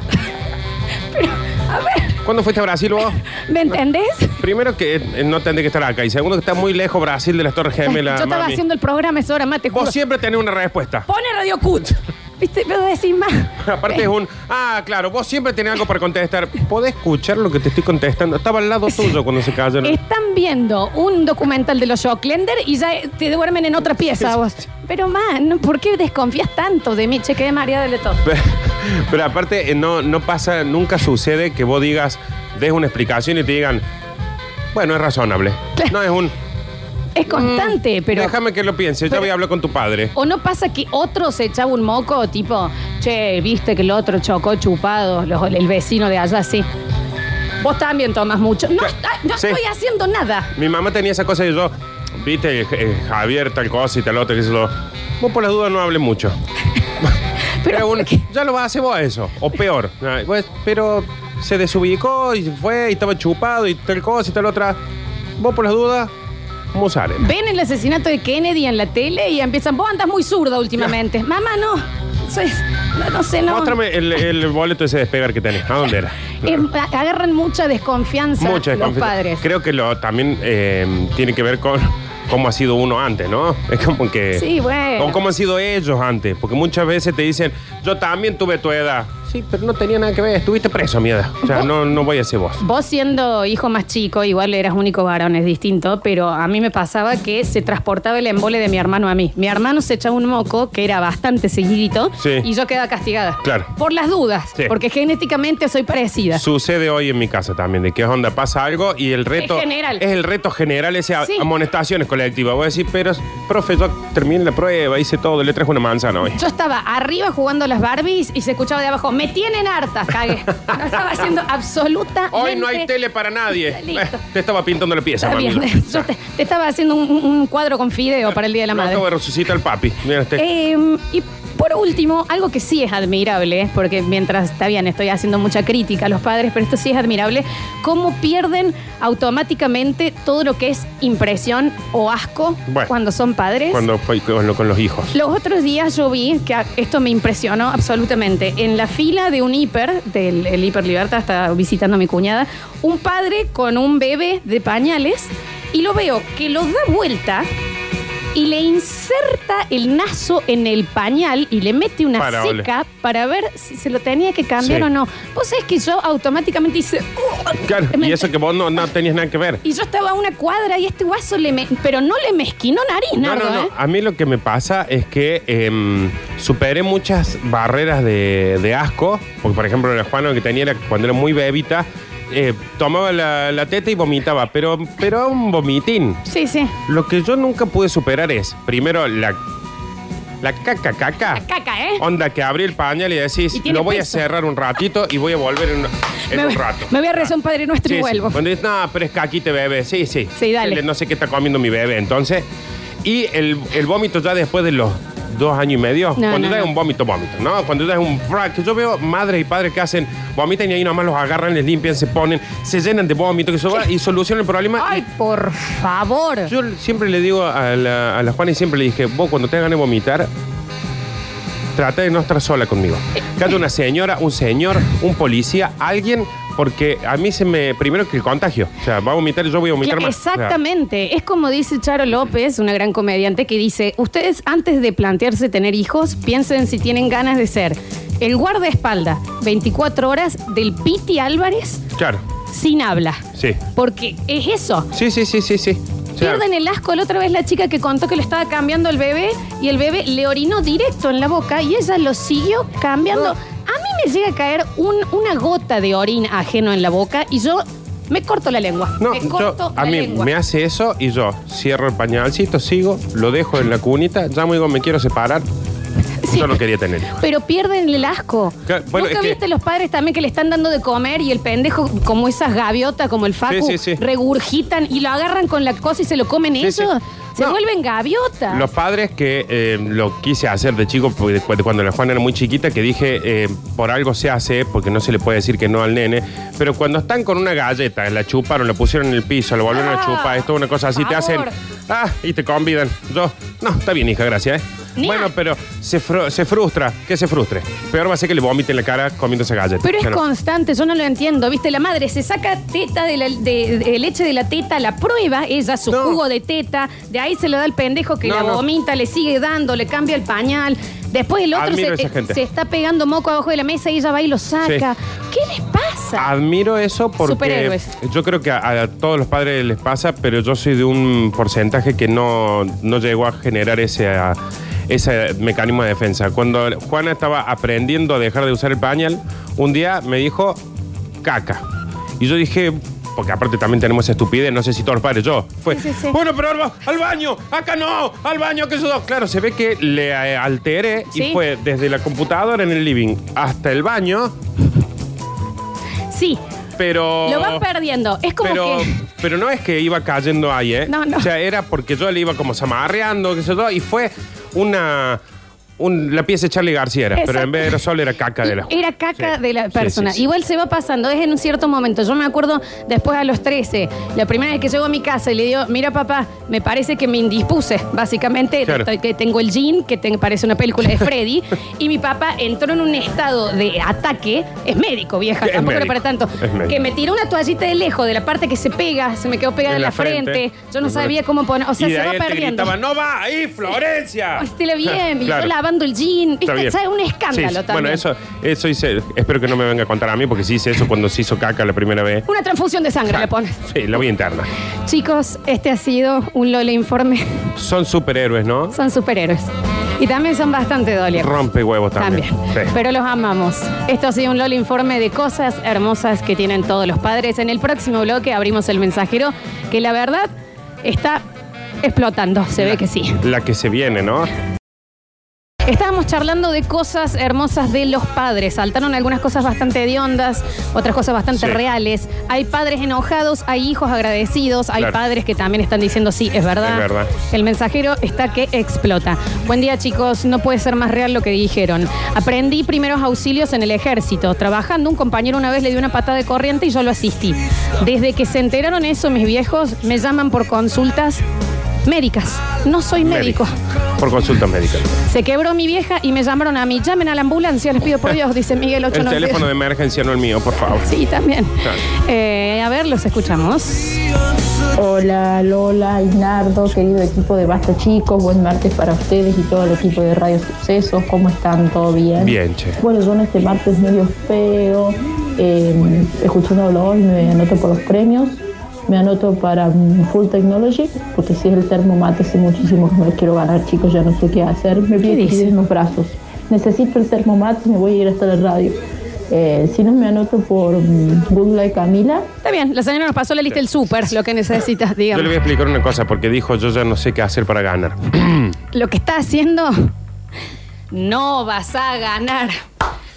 Speaker 2: ¿Cuándo fuiste a Brasil vos?
Speaker 1: ¿me entendés?
Speaker 2: Primero que eh, no tendré que estar acá. Y segundo que está muy lejos Brasil de las Torres Gemelas.
Speaker 1: Yo estaba
Speaker 2: mami.
Speaker 1: haciendo el programa esa hora, mate, juro.
Speaker 2: Vos siempre tenés una respuesta.
Speaker 1: Pone Radio Cut. ¿Viste? Pero decís más.
Speaker 2: Aparte es un, ah, claro, vos siempre tenés algo para contestar. ¿Podés escuchar lo que te estoy contestando? Estaba al lado tuyo cuando se cayeron.
Speaker 1: Están viendo un documental de los Jocklender y ya te duermen en otra pieza vos. Pero man, ¿por qué desconfías tanto de mí? Che, quedé mareada de todo.
Speaker 2: Pero, pero aparte, eh, no, no pasa, nunca sucede que vos digas, des una explicación y te digan, bueno, es razonable. No es un.
Speaker 1: Es constante, pero...
Speaker 2: Mm, Déjame que lo piense, yo
Speaker 1: pero-
Speaker 2: voy a hablar con tu padre.
Speaker 1: ¿O no pasa que otro se echaba un moco tipo, che, viste que el otro chocó chupado, los- el vecino de allá, sí? Vos también tomas mucho. No,
Speaker 2: Claro.
Speaker 1: está- no
Speaker 2: Sí.
Speaker 1: estoy haciendo nada.
Speaker 2: Mi mamá tenía esa cosa y yo, viste, eh, eh, Javier, tal cosa y tal otra, que eso. Vos por las dudas no hables mucho.
Speaker 1: Pero,
Speaker 2: Era un,
Speaker 1: ¿por qué?
Speaker 2: ya lo vas a hacer vos eso, o peor. Ah, pues, pero se desubicó y fue y estaba chupado y tal cosa y tal otra. Vos por las dudas, musare.
Speaker 1: Ven el asesinato de Kennedy en la tele y empiezan, vos andas muy zurda últimamente. Mamá, no. Soy- no, no sé, no.
Speaker 2: Muéstrame el, el boleto ese de despegar que tenés. ¿A dónde era?
Speaker 1: Eh, agarran mucha desconfianza
Speaker 2: Mucha
Speaker 1: los
Speaker 2: desconfianza.
Speaker 1: padres.
Speaker 2: Creo que lo también eh, tiene que ver con cómo ha sido uno antes, ¿no? Es como que.
Speaker 1: Sí, bueno.
Speaker 2: O cómo han sido ellos antes. Porque muchas veces te dicen, yo también tuve tu edad. Sí, pero no tenía nada que ver. Estuviste preso, mierda. O sea,
Speaker 1: ¿Vos?
Speaker 2: no, no voy a ser vos.
Speaker 1: Vos siendo hijo más chico, igual eras único varón, es distinto, pero a mí me pasaba que se transportaba el embole de mi hermano a mí. Mi hermano se echaba un moco, que era bastante seguidito,
Speaker 2: Sí.
Speaker 1: y yo quedaba castigada.
Speaker 2: Claro.
Speaker 1: Por las dudas,
Speaker 2: Sí.
Speaker 1: porque genéticamente soy parecida.
Speaker 2: Sucede hoy en mi casa también, de qué onda pasa algo y el reto.
Speaker 1: general.
Speaker 2: Es el reto general, ese a-
Speaker 1: Sí.
Speaker 2: amonestaciones colectivas. Voy a decir, pero, profe, yo terminé la prueba, hice todo, le traje una manzana hoy.
Speaker 1: Yo estaba arriba jugando a las Barbies y se escuchaba de abajo, me tienen harta, cagué. No estaba haciendo absolutamente...
Speaker 2: Hoy no hay tele para nadie.
Speaker 1: Listo.
Speaker 2: Eh, te estaba pintando la pieza,
Speaker 1: Está
Speaker 2: mami.
Speaker 1: bien, yo te, te estaba haciendo un, un cuadro con fideo para el Día de la
Speaker 2: Lo
Speaker 1: Madre.
Speaker 2: acabo de resucitar el papi. Mira, este-
Speaker 1: Eh, y por último, algo que sí es admirable, porque mientras está bien, estoy haciendo mucha crítica a los padres, pero esto sí es admirable, cómo pierden automáticamente todo lo que es impresión o asco
Speaker 2: Bueno.
Speaker 1: cuando son padres.
Speaker 2: Cuando fue con, lo- con los hijos.
Speaker 1: Los otros días yo vi que a- esto me impresionó absolutamente. En la fila de un hiper, del el hiper Libertad, está visitando a mi cuñada, un padre con un bebé de pañales y lo veo que lo da vuelta y le inserta el naso en el pañal y le mete una
Speaker 2: Para, ole.
Speaker 1: seca para ver si se lo tenía que cambiar
Speaker 2: Sí.
Speaker 1: o no. Vos sabés que yo automáticamente hice. "Uh",
Speaker 2: Claro,
Speaker 1: me-
Speaker 2: y eso que vos no, no tenías nada que ver.
Speaker 1: y yo estaba a una cuadra y este guaso le. me- pero no le mezquinó nariz,
Speaker 2: No,
Speaker 1: Nardo,
Speaker 2: no, no.
Speaker 1: ¿eh?
Speaker 2: A mí lo que me pasa es que em, superé muchas barreras de, de asco. Porque, por ejemplo, la Juana que tenía era- cuando era muy bebita, eh, tomaba la, la teta y vomitaba. Pero, pero era un vomitín.
Speaker 1: Sí, sí.
Speaker 2: Lo que yo nunca pude superar es, primero, la, la caca, caca.
Speaker 1: La caca, ¿eh?
Speaker 2: Onda, que abrí el pañal y decís,
Speaker 1: Y tiene
Speaker 2: lo voy
Speaker 1: peso.
Speaker 2: a cerrar un ratito y voy a volver en, en
Speaker 1: me, voy-
Speaker 2: un rato. Ah,
Speaker 1: me voy a rezar un Padre Nuestro
Speaker 2: Sí,
Speaker 1: y
Speaker 2: sí.
Speaker 1: vuelvo.
Speaker 2: Cuando dices, no, pero es caquita bebé. Sí, sí.
Speaker 1: Sí, dale.
Speaker 2: No sé qué está comiendo mi bebé. Entonces, y el, el vómito ya después de los dos años y medio, cuando
Speaker 1: no,
Speaker 2: ya es
Speaker 1: no.
Speaker 2: un vómito, vómito, ¿no? Cuando ya es un frac. Yo veo madres y padres que hacen vomitan y ahí nomás los agarran, les limpian, se ponen, se llenan de vómito que eso va, y solucionan el problema.
Speaker 1: Ay, por favor.
Speaker 2: Yo siempre le digo a la, a la Juana y siempre le dije, vos cuando te ganas de vomitar, trata de no estar sola conmigo. Canta una señora, un señor, un policía, alguien, porque a mí se me. Primero que el contagio. O sea, va a vomitar y yo voy a vomitar
Speaker 1: Cla-
Speaker 2: más. O sea,
Speaker 1: Exactamente. Es como dice Charo López, una gran comediante, que dice: Ustedes antes de plantearse tener hijos, piensen si tienen ganas de ser el guardaespaldas 24 horas del Piti Álvarez
Speaker 2: claro.
Speaker 1: sin habla.
Speaker 2: Sí.
Speaker 1: Porque es eso.
Speaker 2: Sí, sí, sí, sí, sí. O sea,
Speaker 1: Pierden el asco. La otra vez la chica que contó que le estaba cambiando el bebé y el bebé le orinó directo en la boca y ella lo siguió cambiando. A mí me llega a caer un- una gota de orín ajeno en la boca y yo me corto la lengua.
Speaker 2: No,
Speaker 1: me
Speaker 2: yo,
Speaker 1: corto
Speaker 2: a
Speaker 1: la
Speaker 2: mí
Speaker 1: lengua.
Speaker 2: me hace eso y yo cierro el pañalcito, sigo, lo dejo en la cunita, ya me digo, me quiero separar.
Speaker 1: Sí.
Speaker 2: Yo no quería tener hijos.
Speaker 1: Pero pierden el asco.
Speaker 2: Claro, bueno,
Speaker 1: ¿Nunca
Speaker 2: es que-
Speaker 1: viste los padres también que le están dando de comer y el pendejo, como esas gaviotas, como el facu,
Speaker 2: Sí, sí, sí.
Speaker 1: regurgitan y lo agarran con la cosa y se lo comen
Speaker 2: Sí,
Speaker 1: ellos?
Speaker 2: sí.
Speaker 1: Se
Speaker 2: No.
Speaker 1: vuelven gaviotas.
Speaker 2: Los padres que eh, lo quise hacer de chico, porque cu- cuando la Juana era muy chiquita, que dije, eh, por algo se hace, porque no se le puede decir que no al nene, pero cuando están con una galleta, la chuparon, la pusieron en el piso, la volvieron
Speaker 1: Ah,
Speaker 2: a chupar, esto es una cosa así,
Speaker 1: por
Speaker 2: te hacen,
Speaker 1: favor.
Speaker 2: ah, y te convidan. Yo, no, está bien, hija, gracias, ¿eh?
Speaker 1: Ni
Speaker 2: bueno,
Speaker 1: a-
Speaker 2: pero se, fru- se frustra, que se frustre. Peor va a ser que le vomite en la cara comiendo esa galleta.
Speaker 1: Pero es
Speaker 2: Bueno,
Speaker 1: constante, yo no lo entiendo. Viste, la madre se saca teta de, la- de- de leche de la teta, la prueba, ella su
Speaker 2: No.
Speaker 1: jugo de teta, de ahí se lo da el pendejo que
Speaker 2: No,
Speaker 1: la
Speaker 2: no.
Speaker 1: vomita, le sigue dando, le cambia el pañal. Después el otro
Speaker 2: Admiro
Speaker 1: se, eh,
Speaker 2: esa gente.
Speaker 1: se está pegando moco abajo de la mesa y ella va y lo saca. ¿Qué les pasa?
Speaker 2: Admiro eso porque
Speaker 1: Superhéroes.
Speaker 2: yo creo que a, a todos los padres les pasa, pero yo soy de un porcentaje que no, no llegó a generar ese, a, ese mecanismo de defensa. Cuando Juana estaba aprendiendo a dejar de usar el pañal, un día me dijo caca. Y yo dije, porque aparte también tenemos esa estupidez, no sé si todos los padres, yo. Fue,
Speaker 1: Sí, sí, sí.
Speaker 2: bueno, pero Alba, al baño, acá no, al baño, que eso dos. Claro, se ve que le eh, alteré
Speaker 1: Sí.
Speaker 2: y fue desde la computadora en el living hasta el baño,
Speaker 1: Sí,
Speaker 2: pero.
Speaker 1: Lo van perdiendo. Es como
Speaker 2: Ah. Oh. Pero,
Speaker 1: que.
Speaker 2: pero no es que iba cayendo ahí, ¿eh?
Speaker 1: No, no.
Speaker 2: O sea, era porque yo le iba como zamarreando, qué sé yo, y fue una. un- la pieza de Charlie García era, pero
Speaker 1: Exacto.
Speaker 2: en vez de aerosol era caca de la
Speaker 1: Era caca
Speaker 2: Sí.
Speaker 1: de la
Speaker 2: Sí,
Speaker 1: persona.
Speaker 2: sí, sí.
Speaker 1: Igual se va pasando, es en un cierto momento. Yo me acuerdo después a los 13, la primera vez que llego a mi casa y le digo, mira papá, me parece que me indispuse. Básicamente,
Speaker 2: Claro.
Speaker 1: estoy- que tengo el jean, que te- parece una película de Freddy, y mi papá entró en un estado de ataque, es médico, vieja,
Speaker 2: Es
Speaker 1: tampoco era para
Speaker 2: médico,
Speaker 1: tanto,
Speaker 2: es médico.
Speaker 1: que me tiró una toallita de lejos, de la parte que se pega, se me quedó pegada en la, frente. Yo no sabía cómo poner, o sea,
Speaker 2: y de
Speaker 1: se
Speaker 2: ahí
Speaker 1: va
Speaker 2: te
Speaker 1: perdiendo.
Speaker 2: gritaba, no va ahí, Florencia.
Speaker 1: Hostia, bien. Y
Speaker 2: Claro.
Speaker 1: yo lavando el jean.
Speaker 2: Está bien.
Speaker 1: ¿Viste? Es un escándalo
Speaker 2: Sí, sí.
Speaker 1: también.
Speaker 2: Bueno, eso, eso hice. Espero que no me venga a contar a mí, porque sí hice eso cuando se hizo caca la primera vez.
Speaker 1: Una transfusión de sangre le pones.
Speaker 2: Sí, la voy interna.
Speaker 1: Chicos, este ha sido un Lola Informe.
Speaker 2: Son superhéroes, ¿no?
Speaker 1: Son superhéroes. Y también son bastante dolientes.
Speaker 2: Rompe huevos también.
Speaker 1: También.
Speaker 2: Sí.
Speaker 1: Pero los amamos. Esto ha sido un LOL informe de cosas hermosas que tienen todos los padres. En el próximo bloque abrimos el mensajero, que la verdad está explotando. Se ve que sí.
Speaker 2: La que se viene, ¿no?
Speaker 1: Estábamos charlando de cosas hermosas de los padres. Saltaron algunas cosas bastante hediondas, otras cosas bastante
Speaker 2: Sí.
Speaker 1: reales. Hay padres enojados, hay hijos agradecidos, hay
Speaker 2: Claro.
Speaker 1: padres que también están diciendo sí, es verdad.
Speaker 2: Es verdad.
Speaker 1: El mensajero está que explota. Buen día, chicos. No puede ser más real lo que dijeron. Aprendí primeros auxilios en el ejército. Trabajando, un compañero una vez le dio una patada de corriente y yo lo asistí. Desde que se enteraron eso, mis viejos me llaman por consultas médicas. No soy médico.
Speaker 2: Por consultas médicas.
Speaker 1: Se quebró mi vieja y me llamaron a mí. Llamen a la ambulancia, les pido por Dios, dice Miguel
Speaker 2: El teléfono de
Speaker 1: 890.
Speaker 2: emergencia, no el mío, por favor.
Speaker 1: Sí, también.
Speaker 2: Claro.
Speaker 1: Eh, a ver, los escuchamos.
Speaker 4: Hola Lola, Isnardo, querido equipo de Basta Chicos, buen martes para ustedes y todo el equipo de Radio Sucesos, ¿cómo están? ¿Todo bien?
Speaker 2: Bien, che.
Speaker 4: Bueno, yo en este martes medio feo, eh, escuchando blog me anoto por los premios, me anoto para mm, Full Technology, porque si es el termo mate hace muchísimo que me lo quiero ganar, chicos, ya no sé qué hacer, me
Speaker 1: ¿Qué
Speaker 4: piden que
Speaker 1: dice?
Speaker 4: cuiden los brazos. Necesito el termo mate, me voy a ir hasta la radio. Eh, si no, me anoto por mm, Good Life Camila,
Speaker 1: Está bien, la señora nos pasó la lista del súper, lo que necesitas,
Speaker 2: Yo le voy a
Speaker 1: digamos.
Speaker 2: explicar una cosa, porque dijo, yo ya no sé qué hacer para ganar.
Speaker 1: Lo que está haciendo, no vas a ganar.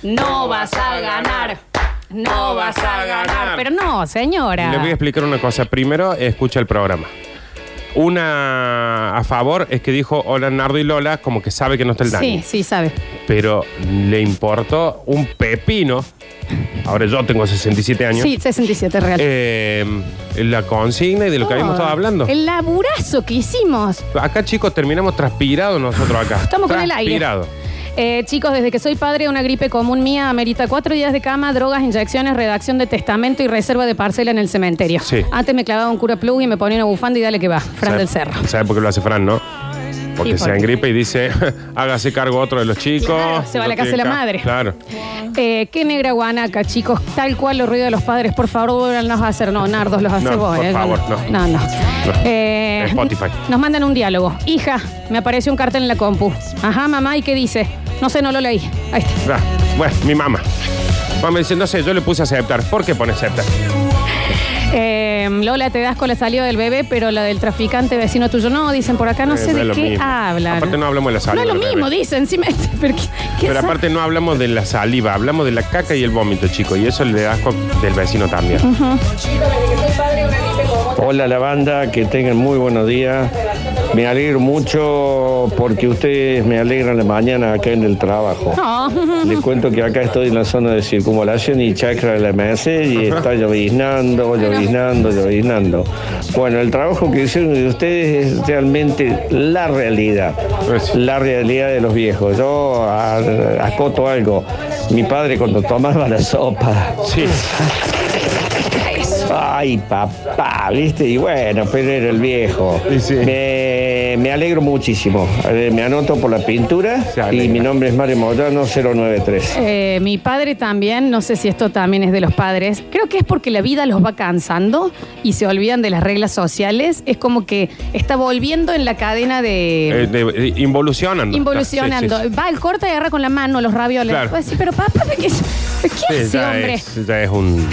Speaker 1: No vas a ganar. No vas a ganar. Pero no, señora.
Speaker 2: Le voy a explicar una cosa. Primero, escucha el programa. Una a favor es que dijo hola Nardo y Lola, como que sabe que no está el daño.
Speaker 1: Sí, sí, sabe.
Speaker 2: Pero le importó un pepino. Ahora yo tengo 67 años.
Speaker 1: Sí, 67 real.
Speaker 2: Eh, la consigna y de lo que habíamos estado hablando.
Speaker 1: Oh. El laburazo que hicimos.
Speaker 2: Acá, chicos, terminamos transpirados nosotros acá.
Speaker 1: Estamos con el aire.
Speaker 2: Transpirados.
Speaker 1: Eh, chicos, desde que soy padre, una gripe común mía amerita cuatro días de cama, drogas, inyecciones, redacción de testamento y reserva de parcela en el cementerio.
Speaker 2: Sí.
Speaker 1: Antes me clavaba un cura plug y me ponía una bufanda y dale que va. Fran
Speaker 2: ¿Sabe-
Speaker 1: del Cerro.
Speaker 2: ¿Sabe por qué lo hace Fran, no? Porque
Speaker 1: Sí,
Speaker 2: se
Speaker 1: porque-
Speaker 2: engripa y dice, hágase cargo otro de los chicos.
Speaker 1: Claro, se va a la
Speaker 2: No
Speaker 1: casa de la
Speaker 2: tiene ca-
Speaker 1: madre.
Speaker 2: Claro.
Speaker 1: Eh, qué negra guanaca, chicos. Tal cual los ruidos de los padres, por favor, vuélvanlos a hacer. No, Nardos, los hace
Speaker 2: No,
Speaker 1: vos.
Speaker 2: por
Speaker 1: eh.
Speaker 2: favor, no.
Speaker 1: No, no. Eh,
Speaker 2: Spotify.
Speaker 1: Nos mandan un diálogo. Hija, me apareció un cartel en la compu. Ajá, mamá, ¿y qué dice? No sé, no lo leí. Ahí está.
Speaker 2: Ah, Bueno, mi mamá. Mamá dice, no sé, yo le puse aceptar. ¿Por qué pone aceptar?
Speaker 1: Eh, Lola, te das con la salida del bebé, pero la del traficante vecino tuyo no, dicen por acá, no
Speaker 2: Eh,
Speaker 1: sé
Speaker 2: no es
Speaker 1: de
Speaker 2: lo
Speaker 1: qué
Speaker 2: mismo.
Speaker 1: hablan.
Speaker 2: Aparte no hablamos de la salida
Speaker 1: No es lo
Speaker 2: del
Speaker 1: mismo,
Speaker 2: bebé.
Speaker 1: dicen. Sí, me- pero ¿qué- qué
Speaker 2: Pero
Speaker 1: sa-
Speaker 2: aparte no hablamos de la saliva, hablamos de la caca y el vómito, chicos. Y eso le da asco del vecino también.
Speaker 5: Hola la banda, que tengan muy buenos días. Me alegro mucho porque ustedes me alegran la mañana acá en el trabajo.
Speaker 1: No,
Speaker 5: Les cuento que acá estoy en la zona de circunvalación y chacra de la MS y está lloviznando, lloviznando, lloviznando. Bueno, el trabajo que hicieron de ustedes es realmente la realidad, la realidad de los viejos. Yo a- acoto algo. Mi padre cuando tomaba la sopa,
Speaker 2: Sí,
Speaker 5: Ay, papá, viste, y bueno, pero era el viejo.
Speaker 2: Y sí.
Speaker 5: Me, me alegro muchísimo. A ver, Me anoto por la pintura
Speaker 2: Se alegra.
Speaker 5: y mi nombre es Mario Moyano 093.
Speaker 1: eh, mi padre también, no sé si esto también es de los padres, creo que es porque la vida los va cansando y se olvidan de las reglas sociales. Es como que está volviendo en la cadena de...
Speaker 2: Eh, de- de- involucionando.
Speaker 1: Involucionando.
Speaker 2: Sí, sí, sí.
Speaker 1: Va, el corta y agarra con la mano los ravioles.
Speaker 2: Claro.
Speaker 1: Pues sí, pero papá, ¿qué, qué
Speaker 2: Sí,
Speaker 1: hace,
Speaker 2: ya,
Speaker 1: hombre?
Speaker 2: es, ya es un...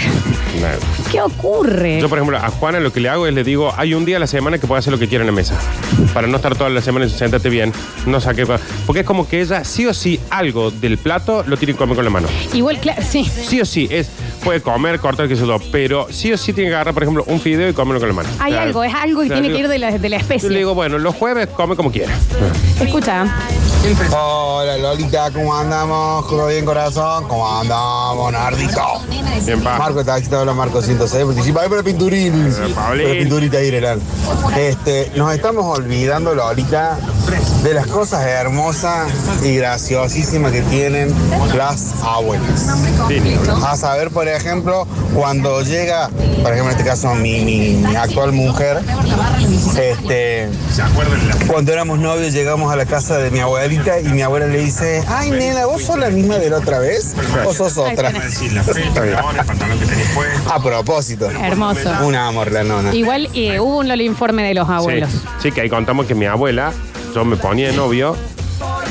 Speaker 2: una-
Speaker 1: ¿Qué ocurre?
Speaker 2: Yo, por ejemplo, a Juana lo que le hago es le digo, hay un día a la semana que puede hacer lo que quiera en la mesa. Para no estar toda la semana en su sentate bien, no saque... pa- Porque es como que ella sí o sí algo del plato lo tiene que comer con la mano.
Speaker 1: Igual, claro, sí.
Speaker 2: Sí o sí, es puede comer, cortar, que eso todo, pero sí o sí tiene que agarrar, por ejemplo, un fideo y comerlo con la mano.
Speaker 1: Hay
Speaker 2: Claro.
Speaker 1: algo, es algo que
Speaker 2: Claro,
Speaker 1: tiene que ir
Speaker 2: yo-
Speaker 1: de la, de la
Speaker 2: Yo le
Speaker 1: especie.
Speaker 2: digo, bueno, los jueves come como quiera.
Speaker 1: Escucha,
Speaker 6: Hola Lolita, ¿cómo andamos? ¿Todo bien corazón? ¿Cómo andamos, Nardico?
Speaker 2: Bien, pa.
Speaker 6: Marco está aquí, te habla Marco 106, participa ahí para Pinturín.
Speaker 2: Pablín.
Speaker 6: Para Pinturita Irelán. Este, nos estamos olvidando, Lolita, de las cosas hermosas y graciosísimas que tienen las abuelas. A saber, por ejemplo, cuando llega, por ejemplo, en este caso, mi, mi- mi actual mujer, este, cuando éramos novios llegamos a la casa de mi abuelita y mi abuela le dice, ay, nena, ¿vos sos la misma de la otra vez o sos otra? A propósito,
Speaker 1: Hermoso.
Speaker 6: un amor la nona.
Speaker 1: Igual eh, hubo un lolo informe de los abuelos.
Speaker 2: Sí, sí, que ahí contamos que mi abuela, yo me ponía de novio,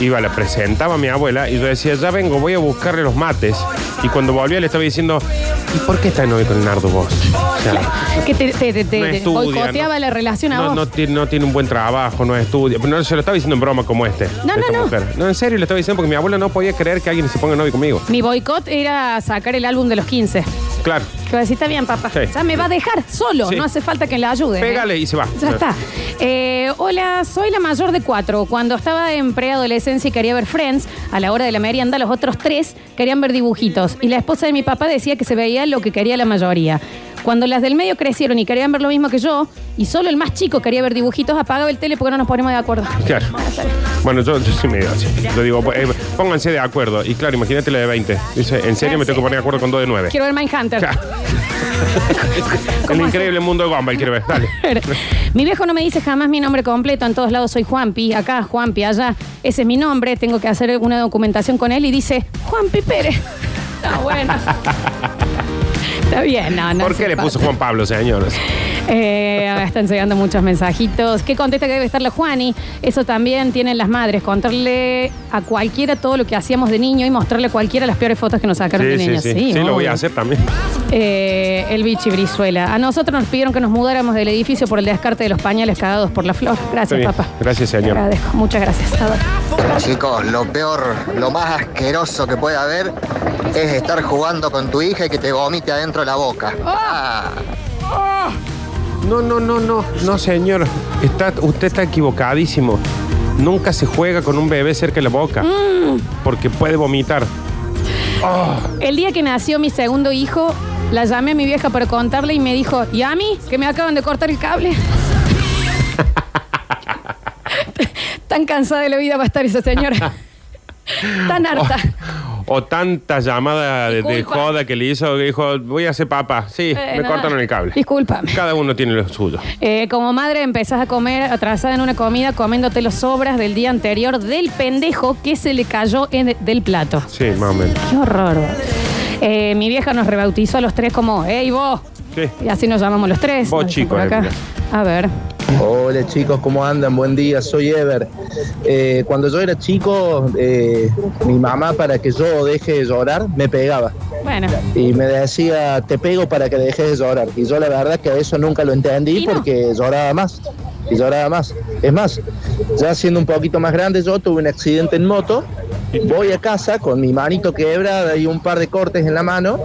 Speaker 2: iba, la presentaba a mi abuela y yo decía, ya vengo, voy a buscarle los mates. Y cuando volvía le estaba diciendo, ¿y por qué está de novio con el nardo vos? O sea,
Speaker 1: Que te, te, te- te-
Speaker 2: no
Speaker 1: te
Speaker 2: estudia,
Speaker 1: boicoteaba
Speaker 2: no-
Speaker 1: la relación a
Speaker 2: no,
Speaker 1: vos.
Speaker 2: No, tiene, no tiene un buen trabajo, no estudia. Pero no se lo estaba diciendo en broma como este.
Speaker 1: No,
Speaker 2: esta
Speaker 1: no, no.
Speaker 2: mujer. No, en serio le estaba diciendo porque mi abuela no podía creer que alguien se ponga novio conmigo.
Speaker 1: Mi boicot era sacar el álbum de los 15.
Speaker 2: Claro.
Speaker 1: Que decís, está bien, papá.
Speaker 2: Sí.
Speaker 1: Ya me va a dejar solo.
Speaker 2: Sí.
Speaker 1: No hace falta que la ayude. ¿eh?
Speaker 2: Pégale y se va.
Speaker 1: Ya está. Eh, hola, soy la mayor de cuatro. Cuando estaba en preadolescencia y quería ver Friends, a la hora de la merienda, los otros tres querían ver dibujitos. Y la esposa de mi papá decía que se veía lo que quería la mayoría. Cuando las del medio crecieron y querían ver lo mismo que yo, y solo el más chico quería ver dibujitos, apagaba el tele porque no nos ponemos de acuerdo.
Speaker 2: Claro. Bueno, yo, yo soy medio así. Yo digo, eh, pónganse de acuerdo. Y claro, imagínate la de 20. Dice, en serio me tengo que poner de acuerdo con dos de 9.
Speaker 1: Quiero ver Mindhunter.
Speaker 2: Claro. El
Speaker 1: ¿Cómo
Speaker 2: increíble mundo de Gumball, quiero ver. Dale.
Speaker 1: Mi viejo no me dice jamás mi nombre completo, en todos lados soy Juanpi, acá Juanpi, allá, ese es mi nombre, tengo que hacer una documentación con él y dice Juanpi Pérez. Está bueno. Está bien, no, no.
Speaker 2: ¿Por qué
Speaker 1: hace
Speaker 2: le puso
Speaker 1: falta.
Speaker 2: Juan Pablo, señores?
Speaker 1: Eh, están llegando muchos mensajitos. ¿Qué contesta que debe estar la Juani? Eso también tienen las madres, contarle a cualquiera todo lo que hacíamos de niño y mostrarle a cualquiera las peores fotos que nos sacaron de niños.
Speaker 2: sí. Sí, lo voy
Speaker 1: obvio.
Speaker 2: a hacer también.
Speaker 1: Eh, el bichi Brizuela. A nosotros nos pidieron que nos mudáramos del edificio por el descarte de los pañales cagados por la flor.
Speaker 2: Está
Speaker 1: Gracias,
Speaker 2: bien.
Speaker 1: papá.
Speaker 2: Gracias,
Speaker 1: Te
Speaker 2: señor.
Speaker 1: agradezco. Muchas gracias. A ver.
Speaker 7: Chicos, lo peor, lo más asqueroso que puede haber es estar jugando con tu hija y que te vomite adentro de la boca. Ah.
Speaker 2: No, no, no, no, no, señor. Está, usted está equivocadísimo. Nunca se juega con un bebé cerca de la boca.
Speaker 1: Mm.
Speaker 2: Porque puede vomitar.
Speaker 1: El día que nació mi segundo hijo, la llamé a mi vieja para contarle y me dijo, ¿y a mí? Que me acaban de cortar el cable. Tan cansada de la vida va a estar esa señora. Tan harta.
Speaker 2: O tanta llamada de, de
Speaker 1: Disculpa.
Speaker 2: joda que le hizo que dijo, voy a ser papá. Sí,
Speaker 1: Eh,
Speaker 2: me
Speaker 1: no.
Speaker 2: cortaron el cable.
Speaker 1: Discúlpame.
Speaker 2: Cada uno tiene lo suyo.
Speaker 1: Eh, como madre empezás a comer atrasada en una comida comiéndote las sobras del día anterior del pendejo que se le cayó en- del plato.
Speaker 2: Sí, más o menos.
Speaker 1: Qué horror. Eh, mi vieja nos rebautizó a los tres como, ¡Ey, vos!
Speaker 2: Sí.
Speaker 1: Y así nos llamamos los tres.
Speaker 2: Vos,
Speaker 1: Nos dicen
Speaker 2: chicos,
Speaker 1: por acá.
Speaker 2: eh,
Speaker 1: A ver.
Speaker 8: Hola chicos, ¿cómo andan? Buen día, soy Ever. Eh, cuando yo era chico, eh, mi mamá para que yo deje de llorar me pegaba
Speaker 1: Bueno.
Speaker 8: y me decía, te pego para que dejes de llorar. Y yo la verdad que eso nunca lo entendí
Speaker 1: Y no.
Speaker 8: porque lloraba más y lloraba más. Es más, ya siendo un poquito más grande yo tuve un accidente en moto, voy a casa con mi manito quebrada y un par de cortes en la mano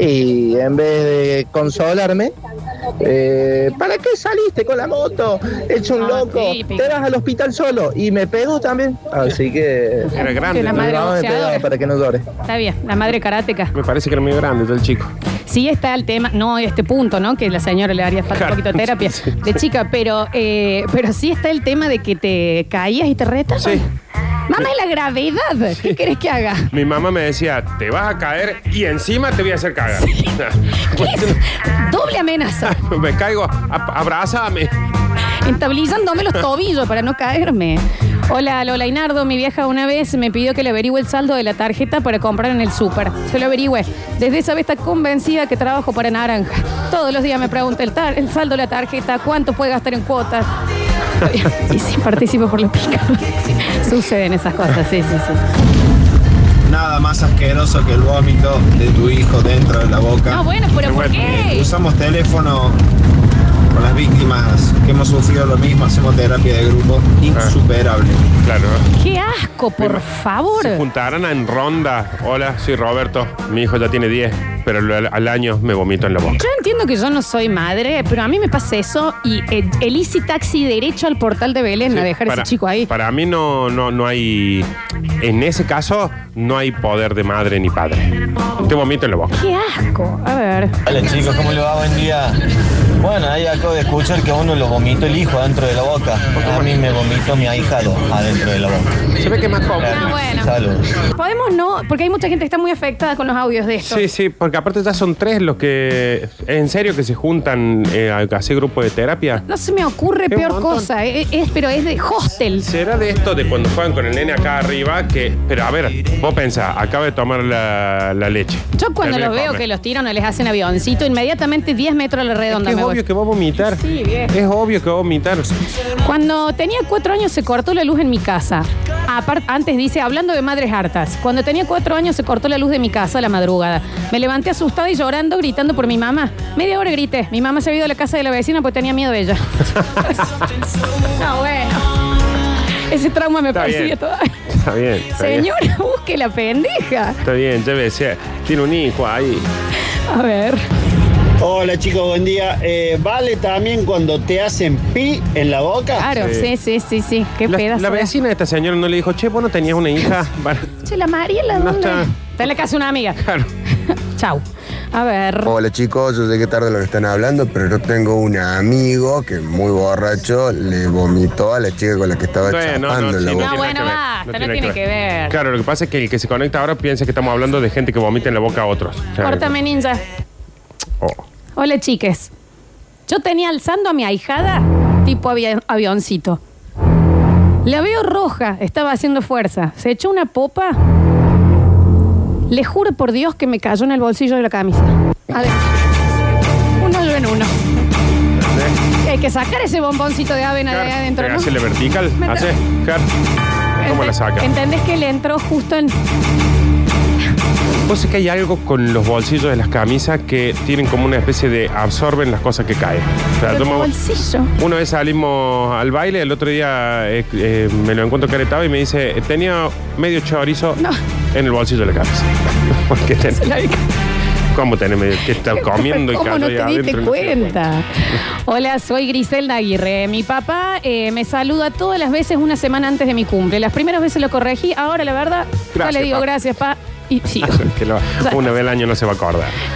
Speaker 8: y en vez de consolarme, eh, ¿para qué saliste con la moto? Hecho un
Speaker 1: Ah,
Speaker 8: loco,
Speaker 1: típico.
Speaker 8: te vas al hospital solo y me pegó también. Así que...
Speaker 2: Era grande.
Speaker 1: La
Speaker 2: ¿no?
Speaker 1: madre
Speaker 8: mi mamá me
Speaker 1: boxeadora.
Speaker 8: pegaba para que no llores.
Speaker 1: Está bien, la madre karateca.
Speaker 2: Me parece que era muy grande del chico.
Speaker 1: Sí está el tema, no este punto, ¿no? Que la señora le haría falta
Speaker 2: Claro.
Speaker 1: un poquito de terapia de chica, pero, eh, pero sí está el tema de que te caías y te retas.
Speaker 2: Sí.
Speaker 1: Mamá, es la gravedad. ¿Qué querés que haga?
Speaker 2: Mi mamá me decía, te vas a caer y encima te voy a hacer cagar.
Speaker 1: ¿Qué es? Doble amenaza.
Speaker 2: me caigo, a- abrázame.
Speaker 1: Entablillándome los tobillos para no caerme. Hola, Lola Inardo. Mi vieja una vez me pidió que le averigüe el saldo de la tarjeta para comprar en el súper. Se lo averigüé. Desde esa vez está convencida que trabajo para Naranja. Todos los días me pregunta el, tar- el saldo de la tarjeta, cuánto puede gastar en cuotas. Y sí, participo por los picos. Suceden esas cosas, sí, sí, sí.
Speaker 9: Nada más asqueroso que el vómito de tu hijo dentro de la boca. Eh,
Speaker 6: Ah,
Speaker 1: No, Ah, bueno, pero ¿por qué?
Speaker 9: Usamos teléfono con las víctimas que hemos sufrido lo mismo, hacemos terapia de grupo
Speaker 6: Ah.
Speaker 9: insuperable.
Speaker 2: Claro.
Speaker 1: ¡Qué asco, por favor!
Speaker 2: Se juntaran en ronda. Hola, soy Roberto. Mi hijo ya tiene 10, pero al, al año me vomito en la boca.
Speaker 1: Yo entiendo que yo no soy madre, pero a mí me pasa eso y eh, el Easy Taxi derecho al portal de Belén a
Speaker 2: Sí,
Speaker 1: dejar a
Speaker 2: para-
Speaker 1: ese chico ahí.
Speaker 2: Para mí no, no, no hay. En ese caso, no hay poder de madre ni padre. Te vomito en la boca.
Speaker 1: ¡Qué asco! A ver.
Speaker 9: Hola chicos, ¿cómo le va? Buen día.
Speaker 10: Bueno, ahí acabo de escuchar que a uno lo vomitó el hijo adentro de la boca. A mí me vomitó mi ahijado adentro de la boca.
Speaker 2: Se ve que es más cómodo.
Speaker 1: Ah, bueno.
Speaker 10: Salud.
Speaker 1: Podemos no, porque hay mucha gente que está muy afectada con los audios de esto.
Speaker 2: Sí, sí, porque aparte ya son tres los que. ¿En serio que se juntan eh, a hacer grupo de terapia?
Speaker 1: No se me ocurre
Speaker 2: Es un
Speaker 1: peor
Speaker 2: montón.
Speaker 1: cosa, eh, es, pero es de hostel.
Speaker 2: ¿Será de esto de cuando juegan con el nene acá arriba que. Pero a ver, vos pensás, acaba de tomar la, la leche.
Speaker 1: Yo cuando
Speaker 2: Termina
Speaker 1: los
Speaker 2: de
Speaker 1: veo
Speaker 2: comer.
Speaker 1: que los tiran o les hacen avioncito, inmediatamente 10 metros a la
Speaker 2: Es,
Speaker 1: redonda
Speaker 2: que es
Speaker 1: me voy.
Speaker 2: obvio que va a vomitar.
Speaker 1: Sí, viejo.
Speaker 2: Es obvio que va a vomitar.
Speaker 1: Cuando tenía cuatro años se cortó la luz en mi casa. Apar- antes dice, hablando de madres hartas, cuando tenía cuatro años se cortó la luz de mi casa a la madrugada. Me levanté asustada y llorando, gritando por mi mamá. Media hora grité. Mi mamá se había ido a la casa de la vecina porque tenía miedo de ella. no, bueno. Ese trauma me
Speaker 2: Está
Speaker 1: persigue
Speaker 2: bien.
Speaker 1: todavía.
Speaker 2: Está bien. está bien.
Speaker 1: Señora, busque la pendeja.
Speaker 2: Está bien, ya decía, tiene un hijo ahí.
Speaker 1: A ver.
Speaker 11: Hola chicos, buen día. Eh, ¿Vale también cuando te hacen pi en la boca?
Speaker 1: Claro, sí, sí,
Speaker 2: Sí.
Speaker 1: sí, sí. Qué
Speaker 2: La,
Speaker 1: pedazo.
Speaker 2: la
Speaker 1: de-
Speaker 2: vecina de esta señora no le dijo, che, vos no tenías una hija. Bueno,
Speaker 1: Che, la Mariela,
Speaker 2: No
Speaker 1: ¿dónde?
Speaker 2: está.
Speaker 1: Está en la casa de una amiga.
Speaker 2: claro.
Speaker 1: Chau. A ver.
Speaker 12: Hola chicos, yo sé que tarde lo que están hablando, pero yo tengo un amigo que muy borracho le vomitó a la chica con la que estaba
Speaker 2: Bueno,
Speaker 12: chapando en
Speaker 2: sí,
Speaker 12: la
Speaker 1: no,
Speaker 12: boca.
Speaker 2: tiene
Speaker 1: bueno,
Speaker 2: nada que ver,
Speaker 1: basta, no tiene que ver.
Speaker 2: Claro, lo que pasa es que el que se conecta ahora piensa que estamos hablando de gente que vomita en la boca a otros. Claro.
Speaker 1: Córtame, ninja.
Speaker 2: Oh.
Speaker 1: Hola, chiques. Yo tenía alzando a mi ahijada tipo avi- avioncito. La veo roja, estaba haciendo fuerza. Se echó una popa. Le juro por Dios que me cayó en el bolsillo de la camisa. Adentro. Un hoyo en uno. Hay que sacar ese bomboncito de avena de ahí adentro, ¿no?
Speaker 2: Hacele vertical.
Speaker 1: Me tra-
Speaker 2: Hace. claro. ¿Cómo la saca?
Speaker 1: ¿Entendés que le entró justo en...?
Speaker 2: Vos sé que hay algo con los bolsillos de las camisas que tienen como una especie de absorben las cosas que caen. O sea,
Speaker 1: en
Speaker 2: yo
Speaker 1: el
Speaker 2: me-
Speaker 1: bolsillo?
Speaker 2: Una vez salimos al baile, el otro día eh, eh, me lo encuentro caretado y me dice, tenía medio chorizo
Speaker 1: No.
Speaker 2: en el bolsillo de la camisa. Porque ten- ¿Cómo tenés medio? ¿Qué estás comiendo? y
Speaker 1: ¿Cómo
Speaker 2: cayó
Speaker 1: no
Speaker 2: ahí
Speaker 1: te diste
Speaker 2: adentro?
Speaker 1: cuenta? Hola, soy Griselda Aguirre. Mi papá eh, me saluda todas las veces una semana antes de mi cumple. Las primeras veces lo corregí, ahora la verdad, ya
Speaker 2: Gracias,
Speaker 1: le digo
Speaker 2: pa.
Speaker 1: gracias, pa. Y sigo.
Speaker 2: Que lo- una vez al año no se va a acordar.